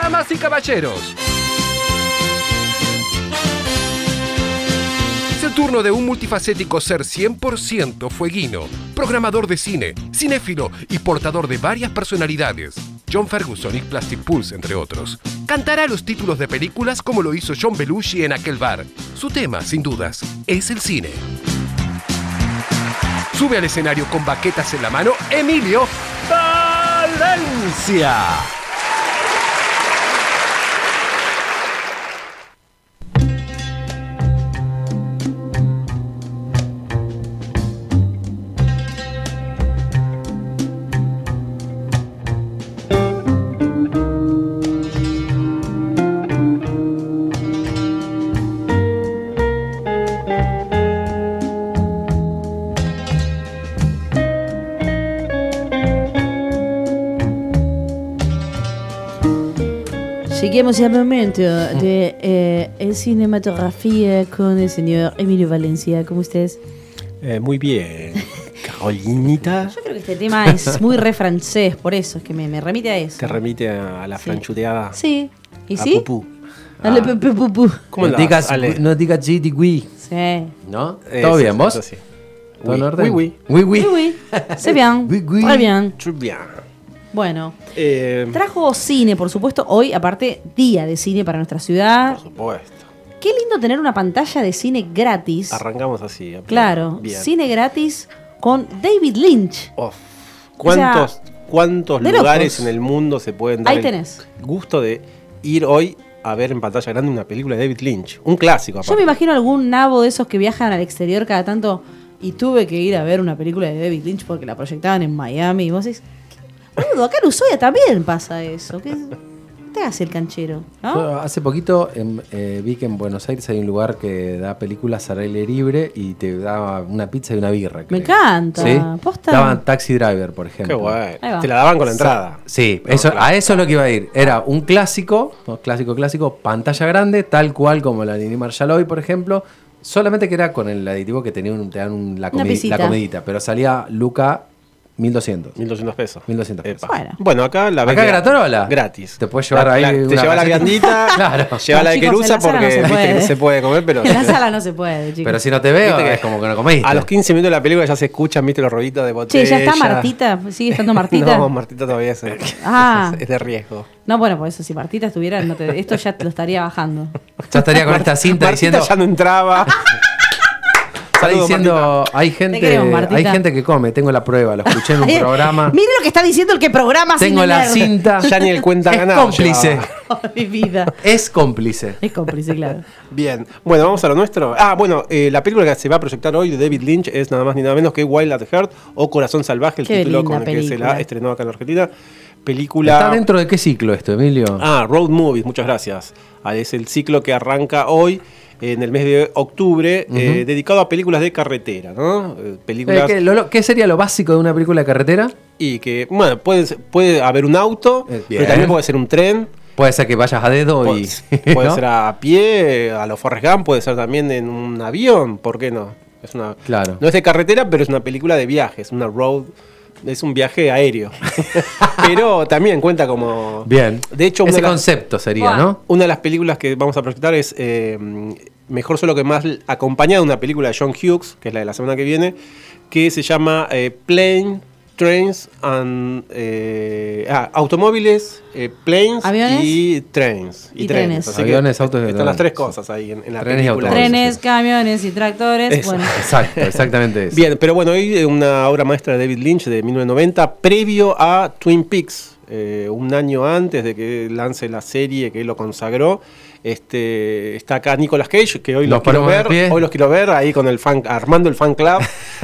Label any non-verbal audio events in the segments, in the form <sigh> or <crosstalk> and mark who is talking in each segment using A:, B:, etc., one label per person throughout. A: Damas y caballeros. Es el turno de un multifacético ser 100% fueguino, programador de cine, cinéfilo y portador de varias personalidades. John Ferguson y Plastic Pulse, entre otros. Cantará los títulos de películas como lo hizo John Belushi en aquel bar. Su tema, sin dudas, es el cine. Sube al escenario con baquetas en la mano Emilio Valencia.
B: Lleguemos al momento de eh, el cinematografía con el señor Emilio Valencia. ¿Cómo ustedes?
C: Eh, muy
B: <laughs>
C: bien, Carolinita.
B: Yo creo que este tema es muy re francés, por eso es que me, me remite a eso.
C: Te remite a la
B: Sí.
C: franchuteada.
B: Sí. ¿Y
C: a
B: sí?
C: pupú.
B: Dale,
C: Ah.
B: pu, pu, pu, pu.
C: ¿Cómo
D: no
C: andás,
D: digas,
C: Ale?
D: no digas GD, güey,
B: Sí.
D: ¿no?
C: Eh,
D: ¿Todo
C: sí,
D: bien,
C: sí,
D: vos?
C: eso sí.
D: ¿Todo en
C: Oui,
D: orden?
C: oui,
D: oui.
B: Oui,
C: <laughs>
B: oui. C'est bien.
D: Oui, oui.
B: Muy bien.
C: Très bien.
B: Bueno.
C: Eh,
B: Trajo cine, por supuesto, hoy, aparte, día de cine para nuestra ciudad.
C: por supuesto.
B: Qué lindo tener una pantalla de cine gratis.
C: Arrancamos así. a pleno.
B: Claro,
C: Bien.
B: cine gratis con David Lynch.
C: Uf. ¿Cuántos, cuántos
B: de
C: lugares
B: locos.
C: en el mundo se pueden dar
B: Ahí
C: el
B: tenés.
C: gusto de ir hoy a ver en pantalla grande una película de David Lynch? Un clásico,
B: Yo me
C: aparte.
B: imagino algún nabo de esos que viajan al exterior cada tanto y tuve que ir a ver una película de David Lynch porque la proyectaban en Miami. Y vos decís, "¿Qué? boludo, acá en Ushuaia también pasa eso. ¿Qué no te hagas el canchero? ¿no?
D: Yo hace poquito em, eh, vi que en Buenos Aires hay un lugar que da películas al aire libre y te da una pizza y una birra. creo.
B: encanta,
D: ¿Sí?
B: posta.
D: Daban Taxi Driver, por ejemplo.
C: Qué guay.
B: Ahí va.
C: Te la daban con la entrada.
D: Sí,
C: No,
D: eso,
C: claro.
D: a eso es lo que iba a ir. Era un clásico, ¿no? clásico, clásico, pantalla grande, tal cual como la de Nini Marshall por ejemplo. Solamente que era con el aditivo que tenía un, te dan un- la,
B: Una
D: comi-
B: pisita.
D: la comidita, pero salía Luca 1200.
C: 1200 pesos.
D: 1200 pesos.
C: Epa.
B: Bueno.
C: Bueno, acá la
D: ¿Acá
C: gra-
D: gratola?
C: Gratis.
D: Te puedes llevar ahí
C: te
D: una
C: lleva la
D: galleta.
C: viandita,
D: <laughs> Claro.
C: lleva la de
B: Chicos, en
C: querusa
B: la sala
C: porque
B: no se
C: viste que
B: puede.
C: no se puede comer,
B: <laughs>
C: pero.
B: En la sala no se puede, chicos.
D: Pero si no te veo,
C: Viste que-
D: es como que no comiste.
C: A los 15 minutos de la película ya se escuchan, viste, los ruiditos de botella.
B: Che, ¿ya está Martita? ¿Sigue estando
D: <laughs>
B: Martita?
C: <laughs> No, Martita todavía se-
B: Ah.
C: es de riesgo.
B: No, bueno, por eso si Martita estuviera, no te- esto ya te lo estaría bajando.
D: Ya
C: <laughs>
D: estaría con esta cinta
C: Martita
D: diciendo,
C: ya no entraba. <laughs>
D: está
C: Saludos,
D: diciendo hay gente,
B: queremos, Martita.
D: hay gente que come, tengo la prueba, lo escuché en
C: <laughs>
D: un programa.
B: Mire lo que está diciendo el que programa
D: tengo
B: Cine
D: la
B: Nerd. <laughs>
D: cinta.
C: Ya ni el cuenta
D: <laughs> es
C: ganado
D: cómplice.
C: llevaba.
B: Oh, mi vida.
D: Es cómplice.
B: Es cómplice, claro.
C: Bien, bueno, vamos a lo nuestro. Ah, bueno, eh, la película que se va a proyectar hoy de David Lynch es nada más ni nada menos que Wild at Heart o Corazón Salvaje, el
B: Qué
C: título
B: linda
C: con el que se la
B: película.
C: estrenó acá en la Argentina. Película.
D: ¿Está dentro de qué ciclo esto, Emilio?
C: Ah, Road Movies, muchas gracias. Ah, Es el ciclo que arranca hoy, en el mes de octubre, eh, dedicado a películas de carretera, ¿no? Eh,
D: Eh,
C: películas
D: ¿qué, lo- lo- qué sería lo básico de una película de carretera?
C: y que, bueno, puede, ser- puede haber un auto,
D: Eh, bien.
C: pero también puede ser un tren,
D: Puede ser que vayas a dedo <laughs> y.
C: <laughs> puede, puede
D: ¿no?
C: ser a pie, a los Forrest Gump, puede ser también en un avión, ¿por qué no? Es una,
D: Claro.
C: No es de carretera, pero es una película de viajes, una road, es un viaje aéreo. <laughs> pero también cuenta como...
D: Bien.
C: De hecho,
D: ese
C: una-
D: concepto sería,
B: Buah.
D: ¿no?
C: Una de las películas que vamos a proyectar es eh, Mejor Solo que Más, acompañada de una película de John Hughes, que es la de la semana que viene, que se llama eh, Plane, Trains and. eh, ah, automóviles, eh, planes
B: Aviones.
C: y trains.
B: Y trenes.
C: Así que
D: Aviones, autos y
C: Están las
D: aviones.
C: tres cosas ahí en, en la
D: Trenes y
C: película.
D: automóviles.
B: Trenes, camiones y tractores.
C: Eso.
B: Bueno,
D: <laughs> Exacto, exactamente eso.
C: Bien, pero bueno, hoy eh, una obra maestra de David Lynch de 1990, previo a Twin Peaks, eh, un año antes de que lance la serie que lo consagró. Este, está acá Nicolas Cage, que hoy
D: Nos
C: los quiero
D: ponemos de pie.
C: ver, hoy los quiero ver ahí con el fan, armando el fan
D: <laughs>
C: club.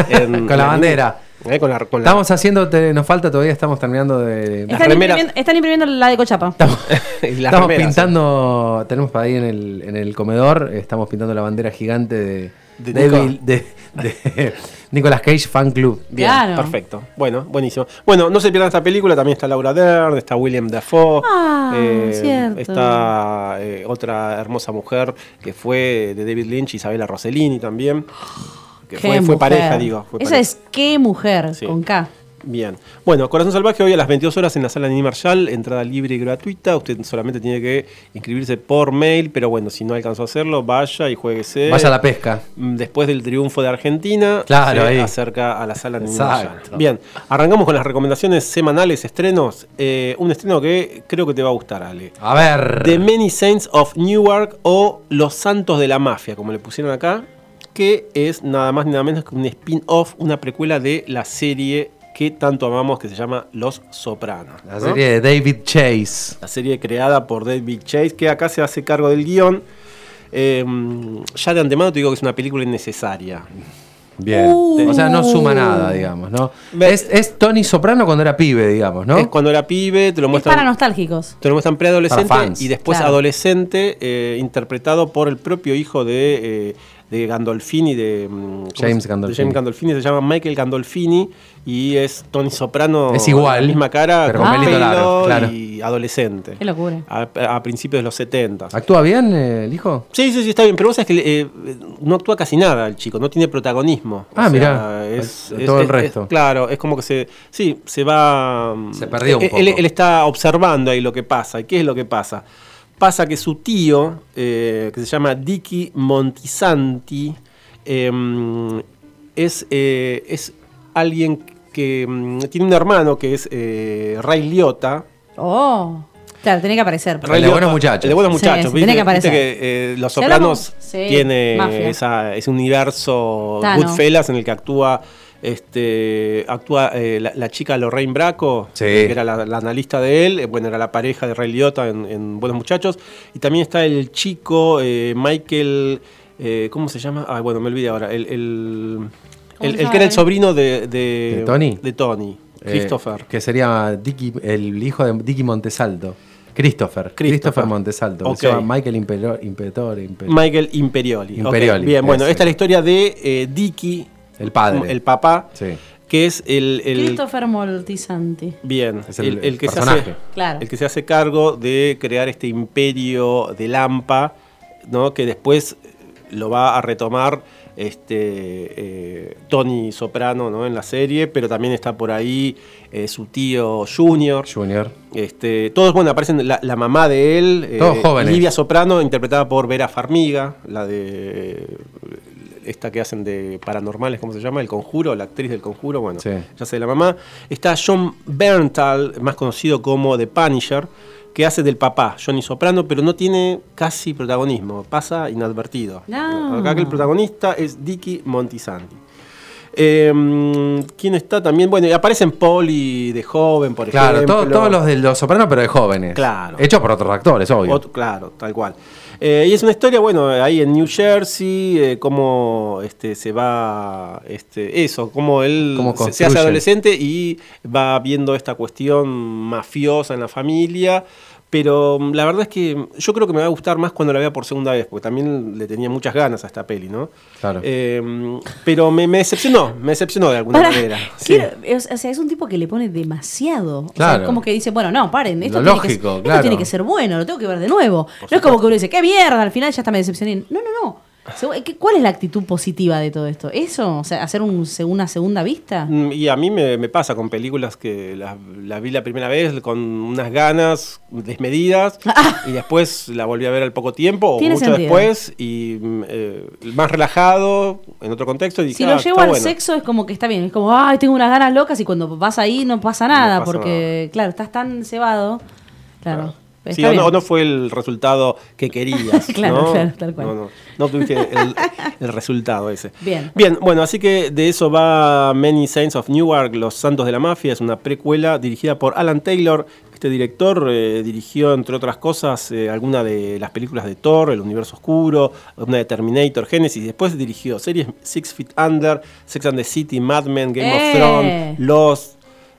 C: en-
D: Con la
C: en-
D: bandera.
C: eh, con la, con la- <laughs>
D: Estamos haciendo, te- nos falta todavía, estamos terminando de.
C: Las
B: están,
C: remeras.
B: imprimiendo, están imprimiendo la de Cochapa.
D: Estamos,
C: las
D: estamos
C: remeras, eh.
D: pintando, tenemos para ahí en el, en el comedor, estamos pintando la bandera gigante de,
C: De
D: de,
C: Nico.
D: Bill- de- de <laughs> Nicolas Cage Fan Club.
C: Bien,
B: Claro.
C: perfecto. Bueno, buenísimo. Bueno, no se pierdan esta película, también está Laura Dern, está William Dafoe, eh,
B: Ah, cierto.
C: está eh, otra hermosa mujer que fue de David Lynch,
B: <gasps>
C: Isabela Rossellini también, que
B: Qué
C: fue, fue
B: mujer.
C: pareja, digo. fue
B: Esa
C: pareja.
B: es qué mujer,
C: Sí.
B: con K.
C: Bien. Bueno, Corazón Salvaje hoy a las 22 horas en la sala Nini Marshall, entrada libre y gratuita. Usted solamente tiene que inscribirse por mail, pero bueno, si no alcanzó a hacerlo, vaya y jueguese.
D: Vaya a la pesca.
C: Mm, Después del triunfo de Argentina,
D: Claro,
C: se
D: ahí.
C: acerca a la sala Nini
D: Exacto.
C: Marshall. Bien, arrancamos con las recomendaciones semanales, estrenos. Eh, un estreno que creo que te va a gustar, Ale.
D: A ver.
C: The Many Saints of Newark o Los Santos de la Mafia, como le pusieron acá, que es nada más ni nada menos que un spin-off, una precuela de la serie que tanto amamos que se llama Los Sopranos.
D: la
C: ¿no?
D: serie de David Chase.
C: La serie creada por David Chase, que acá se hace cargo del guión. Eh, ya de antemano te digo que es una película innecesaria.
D: Bien.
B: Uh.
D: O sea, no suma nada, digamos, ¿no?
C: Ve-
D: Es, es Tony Soprano cuando era pibe, digamos, ¿no?
C: Es cuando era pibe, te lo
B: Es para
C: muestran.
B: nostálgicos.
C: Te lo muestran preadolescente
D: Para fans.
C: y después
B: Claro.
C: adolescente, eh, interpretado por el propio hijo de, eh, de Gandolfini, de mm, ¿cómo
D: James
C: se- de
D: Gandolfini.
C: James Gandolfini, se llama Michael Gandolfini y es Tony Soprano.
D: Es igual,
C: la misma cara,
D: pero
C: con
B: con pelito
C: pelo
D: largo, claro.
C: y adolescente.
B: Qué locura.
C: A, a principios de los 70.
D: ¿Actúa bien eh, el hijo?
C: Sí, sí, sí, está bien, pero vos sabés que eh, no actúa casi nada el chico, no tiene protagonismo.
D: Ah,
C: sea,
D: mirá, al- todo el resto.
C: claro, es como que se. Sí, se va. mm,
D: Se perdió un
C: él,
D: poco.
C: él- él está observando ahí lo que pasa. ¿Y qué es lo que pasa? Pasa que su tío, eh, que se llama Dicky Montisanti, eh, es, eh, es alguien que mm, tiene un hermano que es eh, Ray Liotta.
B: Oh. Claro, tenía que aparecer.
D: Re- El de
C: Liotta-
D: buenos muchachos.
C: el de buenos
B: Sí, sí,
C: muchachos.
B: tiene que
C: viste
B: aparecer.
C: que, eh, Los
B: ¿Ya hablamos?
C: Sopranos
B: Sí, mafia.
C: tiene esa, ese universo
B: Tano.
C: Goodfellas en el que actúa este actúa eh, la, la chica Lorraine Bracco,
D: Sí.
C: que era la, la analista de él, eh, bueno, era la pareja de Ray Liotta en, en Buenos Muchachos, y también está el chico eh, Michael, eh, ¿cómo se llama? Ah, bueno, me olvidé ahora, el, el,
B: ¿Cómo
C: el-
B: se
C: el que era el
B: llama?
C: sobrino de, de-
D: ¿De Tony?
C: de Tony,
D: Eh,
C: Christopher.
D: que sería Dicky, el hijo de Dicky Montesalto. Christopher. Christopher, Montesalto. que Se
C: Ok.
D: llama Michael Impero- Impetore. Impe-
C: Michael Imperioli.
D: Imperioli,
C: Ok, Bien, bueno,
D: ese.
C: esta es la historia de eh, Dicky,
D: El padre.
C: el papá,
D: Sí.
C: que es el. el-
B: Christopher Moltisanti.
C: bien,
D: Es el
C: el, el que se
D: personaje.
C: hace,
B: Claro.
C: el que se hace cargo de crear este imperio de Lampa, ¿no? Que después lo va a retomar este eh, Tony Soprano, ¿no? En la serie, pero también está por ahí eh, su tío Junior.
D: Junior.
C: Este, todos, bueno, aparecen la, la mamá de él, eh,
D: Todos jóvenes.
C: Livia Soprano, interpretada por Vera Farmiga, la de eh, esta que hacen de paranormales, ¿cómo se llama? El Conjuro, la actriz del Conjuro, bueno,
D: Sí.
C: ya sé de la mamá. Está John Berntal, más conocido como The Punisher, que hace del papá, Johnny Soprano, pero no tiene casi protagonismo, pasa inadvertido.
B: No.
C: Acá que el protagonista es Dicky Montisanti. Eh, ¿Quién está también? Bueno, y aparecen Polly de joven, por
D: Claro,
C: ejemplo.
D: todo- todos los de los sopranos, pero de jóvenes.
C: Claro.
D: Hechos por otros actores, obvio.
C: Ot- claro, tal cual. Eh, y es una historia, bueno, ahí en New Jersey, eh, cómo este, se va, este, eso, cómo él
D: Cómo
C: se, se hace
D: construyen.
C: adolescente y va viendo esta cuestión mafiosa en la familia. Pero mm, la verdad es que yo creo que me va a gustar más cuando la vea por segunda vez, porque también le tenía muchas ganas a esta peli, ¿no?
D: Claro.
C: Eh, pero me, me decepcionó, me decepcionó de alguna
B: Pará, <laughs>
C: manera. Sí.
B: quiero- es- o sea, es un tipo que le pone demasiado. O sea,
D: Claro.
B: es como que dice, bueno, no, paren, esto,
D: Lo
B: tiene, que,
D: lógico,
B: ser- esto
D: claro.
B: tiene que ser bueno, lo tengo que ver de nuevo. No es como que uno dice, qué mierda, al final ya está me decepcioné. No, no, no. Segu- ¿qué- ¿Cuál es la actitud positiva de todo esto? ¿Eso? O sea, hacer un, seg- una segunda vista.
C: Mm, Y a mí me, me pasa con películas que las las vi la primera vez con unas ganas
B: <laughs>
C: desmedidas y después la volví a ver al poco tiempo o
B: Tiene
C: mucho
B: sentido.
C: después y mm, eh, más relajado, en otro contexto. Y dije,
B: Si
C: "Ah,
B: lo
C: está
B: llevo al
C: bueno".
B: sexo es como que está bien, es como, ay, tengo unas ganas locas y cuando vas ahí no pasa nada,
C: pasa
B: porque, claro, estás tan cebado. Claro. está
C: Sí, o,
B: bien.
C: no, o no fue el resultado que querías.
B: <laughs> Claro,
C: ¿no?
B: claro, tal cual.
C: No, no, no tuviste el, el resultado ese.
B: Bien.
C: Bien, bueno, así que de eso va Many Saints of Newark, Los Santos de la Mafia. Es una precuela dirigida por Alan Taylor. Este director eh, dirigió, entre otras cosas, eh, alguna de las películas de Thor, El Universo Oscuro, una de Terminator, Genesis. Después dirigió series Six Feet Under, Sex and the City, Mad Men,
B: ¡Eh!
C: Game of Thrones, Los...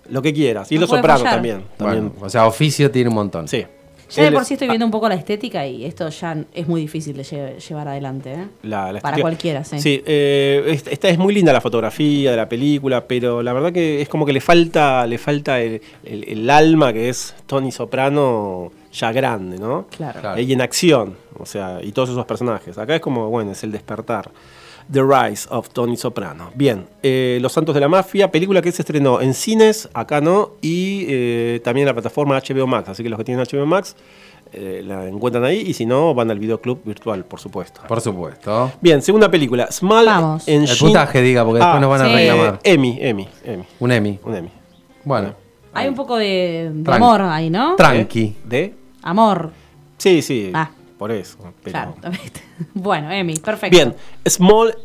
C: Lo que quieras. Y
B: No
C: Los
B: puede
C: Sopranos
B: fallar.
C: también.
D: Bueno,
C: también.
D: o sea, oficio tiene un montón.
C: Sí.
B: Ya de
C: Él
B: por
C: es-
B: sí estoy viendo un poco la estética y esto ya n- es muy difícil de lle- llevar adelante. ¿eh?
C: La- la
B: Para
C: estética.
B: cualquiera, sí.
C: Sí, eh, es- esta es muy linda la fotografía de la película, pero la verdad que es como que le falta, le falta el, el- el alma que es Tony Soprano ya grande, ¿no?
B: Claro.
D: Claro.
C: Eh, Y en acción, o sea, y todos esos personajes. Acá es como, bueno, es el despertar. The Rise of Tony Soprano. Bien, eh, Los Santos de la Mafia, película que se estrenó en cines, acá no, y eh, también en la plataforma HBO Max. Así que los que tienen HBO Max eh, la encuentran ahí y si no, van al videoclub virtual, por supuesto.
D: Por supuesto.
C: Bien, segunda película, Small
B: Vamos. Ah,
C: and
D: El
C: Shin-
D: puntaje, diga, porque después nos van a
B: sí.
D: reclamar.
C: Emmy, Emmy, Emmy,
D: Un Emmy.
C: un Emmy. Eh,
D: Bueno,
B: Hay un poco de, de
D: Tranqui.
B: amor ahí, ¿no?
D: tranqui.
C: ¿De?
B: amor.
C: Sí, sí,
B: Ah.
C: por eso. pero-
B: Claro. <laughs> ¿viste? bueno, Emi, perfecto.
C: Bien, Small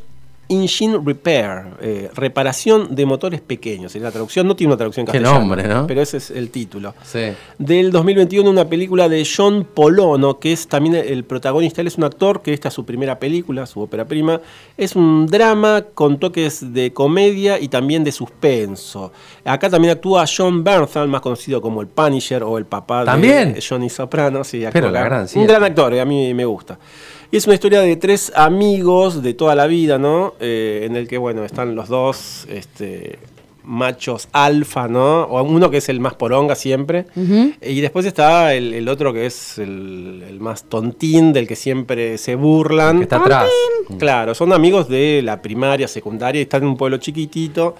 C: Engine Repair, eh, reparación de motores pequeños. Sería la traducción, no tiene una traducción
D: Qué
C: castellana.
D: nombre, ¿no?
C: Pero ese es el título.
D: Sí.
C: Del 2021, una película de John Polono, que es también el protagonista. Él es un actor, que esta es su primera película, su ópera prima. Es un drama con toques de comedia y también de suspenso. Acá también actúa John Bernthal, más conocido como el Punisher o el papá
D: ¿También?
C: de Johnny Soprano. Sí,
D: Pero la gran
C: un
D: siete.
C: gran actor, eh, a mí me gusta. Y es una historia de tres amigos de toda la vida, ¿no? Eh, en el que, bueno, están los dos este, machos alfa, ¿no? O uno que es el más poronga siempre.
B: Ujú.
C: Y después está el, el otro que es el, el más tontín, del que siempre se burlan.
D: Que está atrás.
C: Claro, son amigos de la primaria, secundaria, están en un pueblo chiquitito.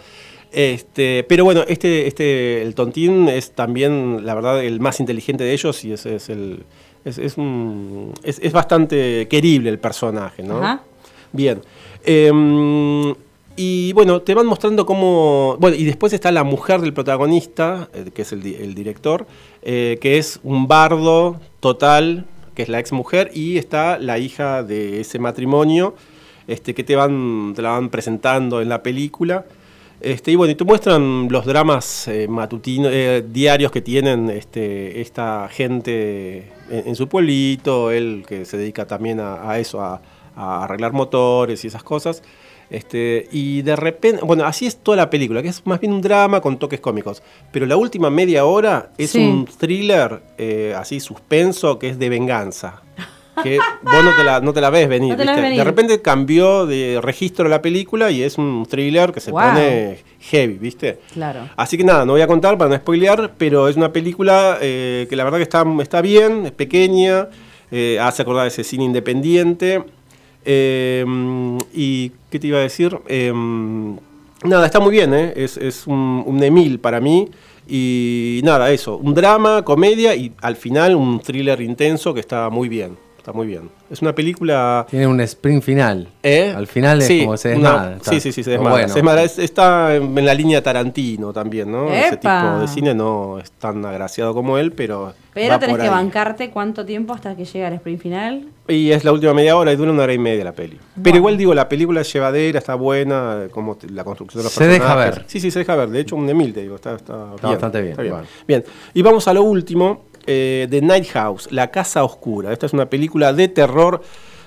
C: Este, pero bueno, este, este, el tontín es también, la verdad, el más inteligente de ellos y es, es el. Es, es un- es- es bastante querible el personaje, ¿no?
B: Ajá.
C: Bien. Em, y bueno, te van mostrando cómo. Bueno, y después está la mujer del protagonista, eh, que es el, di- el director, eh, que es un bardo total, que es la ex mujer, y está la hija de ese matrimonio, este, que te, van, te la van presentando en la película. Este, y bueno, y te muestran los dramas matutinos, diarios que tienen este, esta gente en, en su pueblito, él que se dedica también a, a eso, a, a arreglar motores y esas cosas. Este, y de repente, bueno, así es toda la película, que es más bien un drama con toques cómicos. Pero la última media hora es
B: Sí.
C: un thriller eh, así suspenso que es de venganza. Que vos no te la, no te la ves venir,
B: No te la
C: ¿viste?
B: ves venir.
C: De repente cambió de registro la película y es un thriller que se
B: Guau.
C: pone heavy, ¿viste?
B: Claro.
C: Así que nada, no voy a contar para no spoilear, pero es una película eh, que la verdad que está, está bien, es pequeña, eh, hace acordar ese cine independiente. Eh, ¿Y qué te iba a decir? Eh, nada, está muy bien, ¿eh? es, es un, un Emil para mí. Y nada, eso, un drama, comedia y al final un thriller intenso que está muy bien, está muy bien. Es una película...
D: Tiene un sprint final.
C: ¿Eh?
D: Al final es
C: Sí,
D: como se
C: una-
D: desmada. está.
C: Sí, sí, sí, se
D: Pero
C: desmada.
D: bueno.
C: se desmada. Es- está en la línea Tarantino también, ¿no? Ese
B: ¡Epa!
C: tipo de cine no es tan agraciado como él, pero.
B: Pero
C: va
B: tenés
C: por
B: que
C: ahí.
B: bancarte cuánto tiempo hasta que llega el sprint final.
C: Y es la última media hora y dura una hora y media la peli.
B: Bueno.
C: Pero igual digo, la película es llevadera, está buena, eh, como te- la construcción de los
D: Se deja
C: personajes.
D: ver.
C: Sí, sí, se deja ver. De hecho, un Emil, te digo, está, está,
D: bastante bien,
C: está bien.
D: bueno.
C: Bien, y vamos a lo último, eh, The Night House, La Casa Oscura. Esta es una película de terror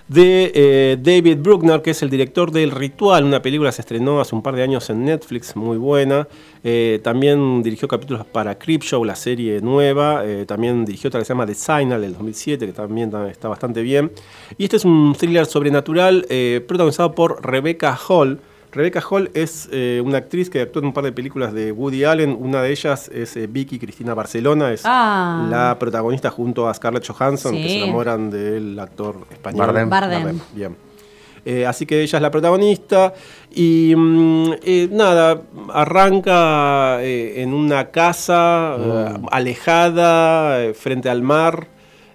C: de eh, David Bruckner, que es el director del Ritual, una película que se estrenó hace un par de años en Netflix, muy buena. Eh, también dirigió capítulos para Creepshow, la serie nueva. Eh, también dirigió otra que se llama The Signal, del 2007, que también ta- está bastante bien. Y este es un thriller sobrenatural eh, protagonizado por Rebecca Hall. Rebecca Hall es eh, una actriz que actuó en un par de películas de Woody Allen. Una de ellas es eh, Vicky Cristina Barcelona, es
B: Ah.
C: la protagonista junto a Scarlett Johansson, que
B: Sí.
C: se enamoran del actor español.
D: Bardem.
B: Bardem.
C: Bien. Eh, así que ella es la protagonista y mm, eh, nada, arranca eh, en una casa eh, alejada, eh, frente al mar,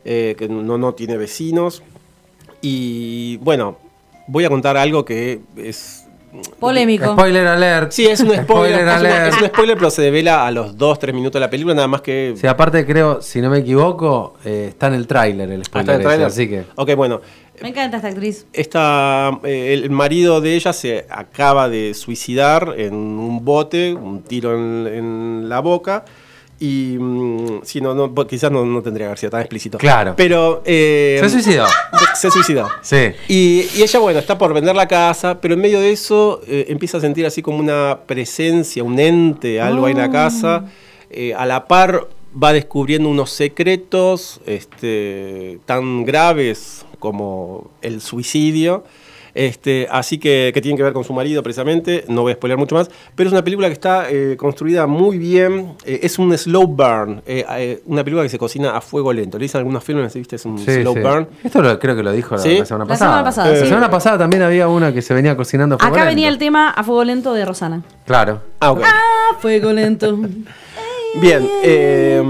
C: eh, que no, no tiene vecinos. Y bueno, voy a contar algo que es...
D: Eh,
B: Polémico.
D: Spoiler alert.
C: Sí, es un spoiler, es, un-
D: alert.
C: es un spoiler, pero se devela a los 2-3 minutos de la película, nada más que...
D: Sí, aparte creo, si no me equivoco, eh, está en el tráiler el
C: Ah,
D: spoiler.
C: ¿está en el
D: ese,
C: tráiler?
D: así que
C: Ok, bueno.
B: Me encanta esta actriz.
C: Esta, eh, el marido de ella se acaba de suicidar en un bote, un tiro en, en la boca. Y mm, sí, no, no, bo- quizás no, no tendría que haber sido tan explícito.
D: Claro.
C: Pero. eh,
D: se suicidó.
C: Se suicidó.
D: Sí.
C: Y, y ella, bueno, está por vender la casa, pero en medio de eso eh, empieza a sentir así como una presencia, un ente, algo ahí en la casa. Eh, a la par va descubriendo unos secretos este, tan graves como el suicidio. Este, así que, que tiene que ver con su marido precisamente, no voy a spoiler mucho más, pero es una película que está eh, construida muy bien, eh, es un slow burn, eh, eh, una película que se cocina a fuego lento. Le dicen algunos filmes, ¿viste? Es un
D: Sí,
C: slow
D: sí.
C: burn.
D: Esto lo- creo que lo dijo la-
C: ¿Sí?
D: la, semana
B: La
D: pasada.
B: semana pasada,
D: La
B: sí.
D: semana pasada también había una que se venía cocinando. a fuego
B: Acá venía el
D: lento.
B: tema a fuego lento de Rosana.
D: Claro.
C: Ah, ok.
B: A fuego lento.
C: Bien, eh,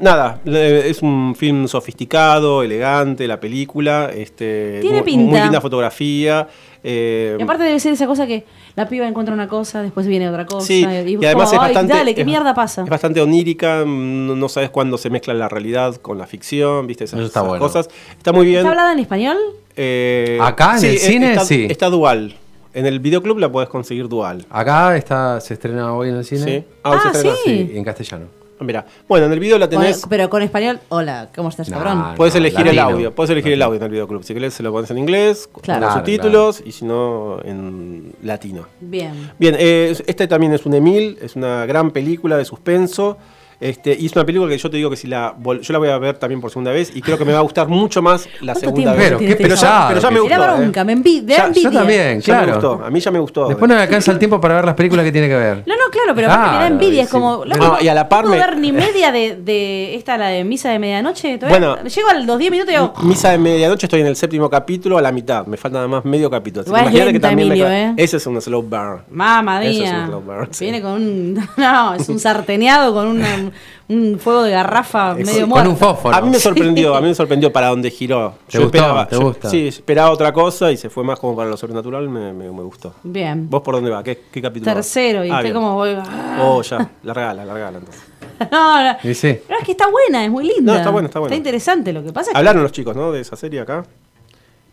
C: nada, le- es un film sofisticado, elegante, la película, este,
B: Tiene
C: mu- muy,
B: pinta.
C: linda fotografía. eh,
B: Y aparte debe ser esa cosa que la piba encuentra una cosa, después viene otra cosa.
C: sí,
B: y,
C: y además
B: como,
C: es
B: "Ay,
C: bastante.
B: Dale, ¿qué
C: es-
B: mierda pasa?
C: Es bastante onírica, mm, no, no sabes cuándo se mezcla la realidad con la ficción, ¿viste? Esas,
D: Eso está
C: esas
D: bueno.
C: cosas. Está muy bien.
B: ¿Está hablada en español?
C: eh,
D: Acá en el
C: es-
D: cine,
C: está,
D: sí.
C: Está dual. En el videoclub la puedes conseguir dual.
D: Acá está, se estrena hoy en el cine.
C: ¿sí?
B: Ah,
C: se estrena-
B: sí.
D: Sí, en castellano.
C: Ah, Mirá. Bueno, en el video la tenés.
B: Con- pero con español, hola, ¿cómo estás,
D: No,
B: cabrón?
C: Puedes elegir
D: latino.
C: el audio, puedes elegir el
D: Latino.
C: audio en el videoclub. Si querés, se lo pones en inglés, con
B: Claro.
C: los
D: Claro,
C: subtítulos, y si no, en latino.
B: Bien.
C: Bien, eh, es- este también es un Emil, es una gran película de suspenso. Este, y es una película que yo te digo que si la vol- yo la voy a ver también por segunda vez y creo que me va a gustar mucho más la
B: ¿Cuánto
C: segunda
B: tiempo
C: vez.
D: Pero,
B: tiene este
D: qué
B: que estar?
D: pesado.
C: pero ya me
D: que
C: gustó, ¿eh?
B: Era bronca, me envi- de
C: Ya- yo
D: Yo
B: envidia.
D: también,
C: Ya me
D: claro.
C: gustó, a mí ya me gustó.
D: Después no me alcanza el tiempo para ver las películas que tiene que ver. Ah,
B: No, no, claro, pero aparte me da
D: Claro,
B: envidia. Es
D: sí.
B: como. loco,
C: No, y a la par
B: No
C: me-
B: puedo ver
C: <laughs>
B: ni media de, de esta, la de misa de medianoche. todavía.
C: Bueno.
B: Llego a los 10 minutos y hago.
C: Misa de medianoche, estoy en el séptimo capítulo, a la mitad. Me falta nada más medio capítulo. Así
B: Igual es
C: imagínate
B: lenta,
C: me-
B: Emilio, ¿eh?
C: Ese es un slow burn.
B: Mamma
C: Eso es
B: mía.
C: un Cloudburst, sí.
B: Viene con un. <laughs> No, es un sarteneado con
C: <laughs>
B: una- un fuego de garrafa medio
D: Con
B: muerto.
D: un fósforo.
C: A mí
D: <laughs>
C: me sorprendió, a mí me sorprendió para dónde giró.
D: ¿Te gustó?
C: esperaba,
D: ¿Te
C: yo-
D: gusta?
C: sí, esperaba otra cosa y se fue más como para lo sobrenatural, me, me- me gustó.
B: Bien.
C: ¿Vos por dónde va? ¿Qué, qué capítulo? va?
B: Tercero, y
C: Ah,
B: estoy
C: bien.
B: como. "Ah". voy- No,
C: Oh, ya, la regala, la regala entonces.
B: <laughs> no.
D: Y sí.
B: No, es que está buena, es muy linda.
C: No, está buena, está buena.
B: interesante. Lo que pasa es que.
C: Hablaron los chicos, ¿no? De esa serie acá.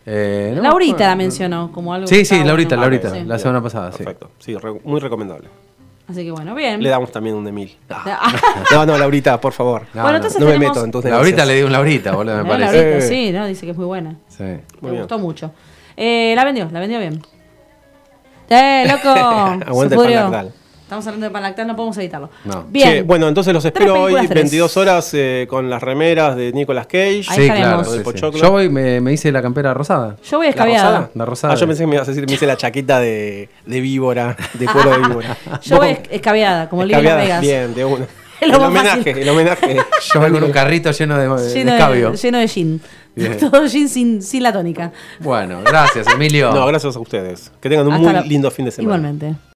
D: Eh, no me
B: Laurita
D: acuerdo.
B: la mencionó como algo. que
D: Sí, sí,
B: estaba
D: Laurita,
B: bueno.
D: Laurita.
B: Sí.
D: La semana pasada, sí.
C: Perfecto. Sí, re- muy recomendable.
B: Así que bueno, bien.
C: Le damos también un Emil.
B: Ah.
C: No, no, Laurita, por favor.
D: No,
B: bueno,
D: no,
B: entonces
C: no me
B: tenemos.
C: meto en tus
D: Laurita
C: negocios.
D: le dio un Laurita, boludo, me
B: Eh,
D: parece.
B: Laurita,
C: Eh.
B: sí, ¿no? Dice que es muy buena.
D: Sí.
C: Muy
B: Me
C: bien.
B: gustó mucho. Eh, la vendió, la vendió bien. ¡Eh, loco!
C: Aguante
B: Se pudrió.
C: Panlactal.
B: Estamos hablando de Panlactal, no podemos editarlo.
D: No.
B: Bien.
C: Che, bueno, entonces los
B: Tres
C: espero hoy,
B: películas, tres.
C: 22 horas, eh, con las remeras de Nicolas Cage.
B: Ahí
D: Sí, claro.
B: estaremos.
D: sí, sí.
C: Pochoclo.
D: Yo voy, me, me hice la campera rosada.
B: Yo voy
C: ¿La
B: escabeada.
C: rosada?
D: La rosada.
C: Ah, yo pensé que me ibas a decir, me hice la chaqueta de, de víbora, de cuero de víbora.
B: Ah. <laughs> Yo voy
C: Vos-
B: esc- escabeada, como Lidia
C: Escabeadas,
B: Las Vegas.
C: Bien, de uno.
B: <laughs> Es
C: El,
B: lo más
C: homenaje,
B: fácil. <laughs>
C: el homenaje.
D: Yo voy con un carrito lleno de, de
B: Lleno
D: escabio.
B: de, lleno de gin. <laughs>
D: Bien.
B: Todo gin sin, sin la tónica.
D: Bueno, gracias, Emilio.
C: No, gracias a ustedes. Que tengan un
B: Hasta
C: muy
B: la-
C: lindo fin de semana.
B: Igualmente.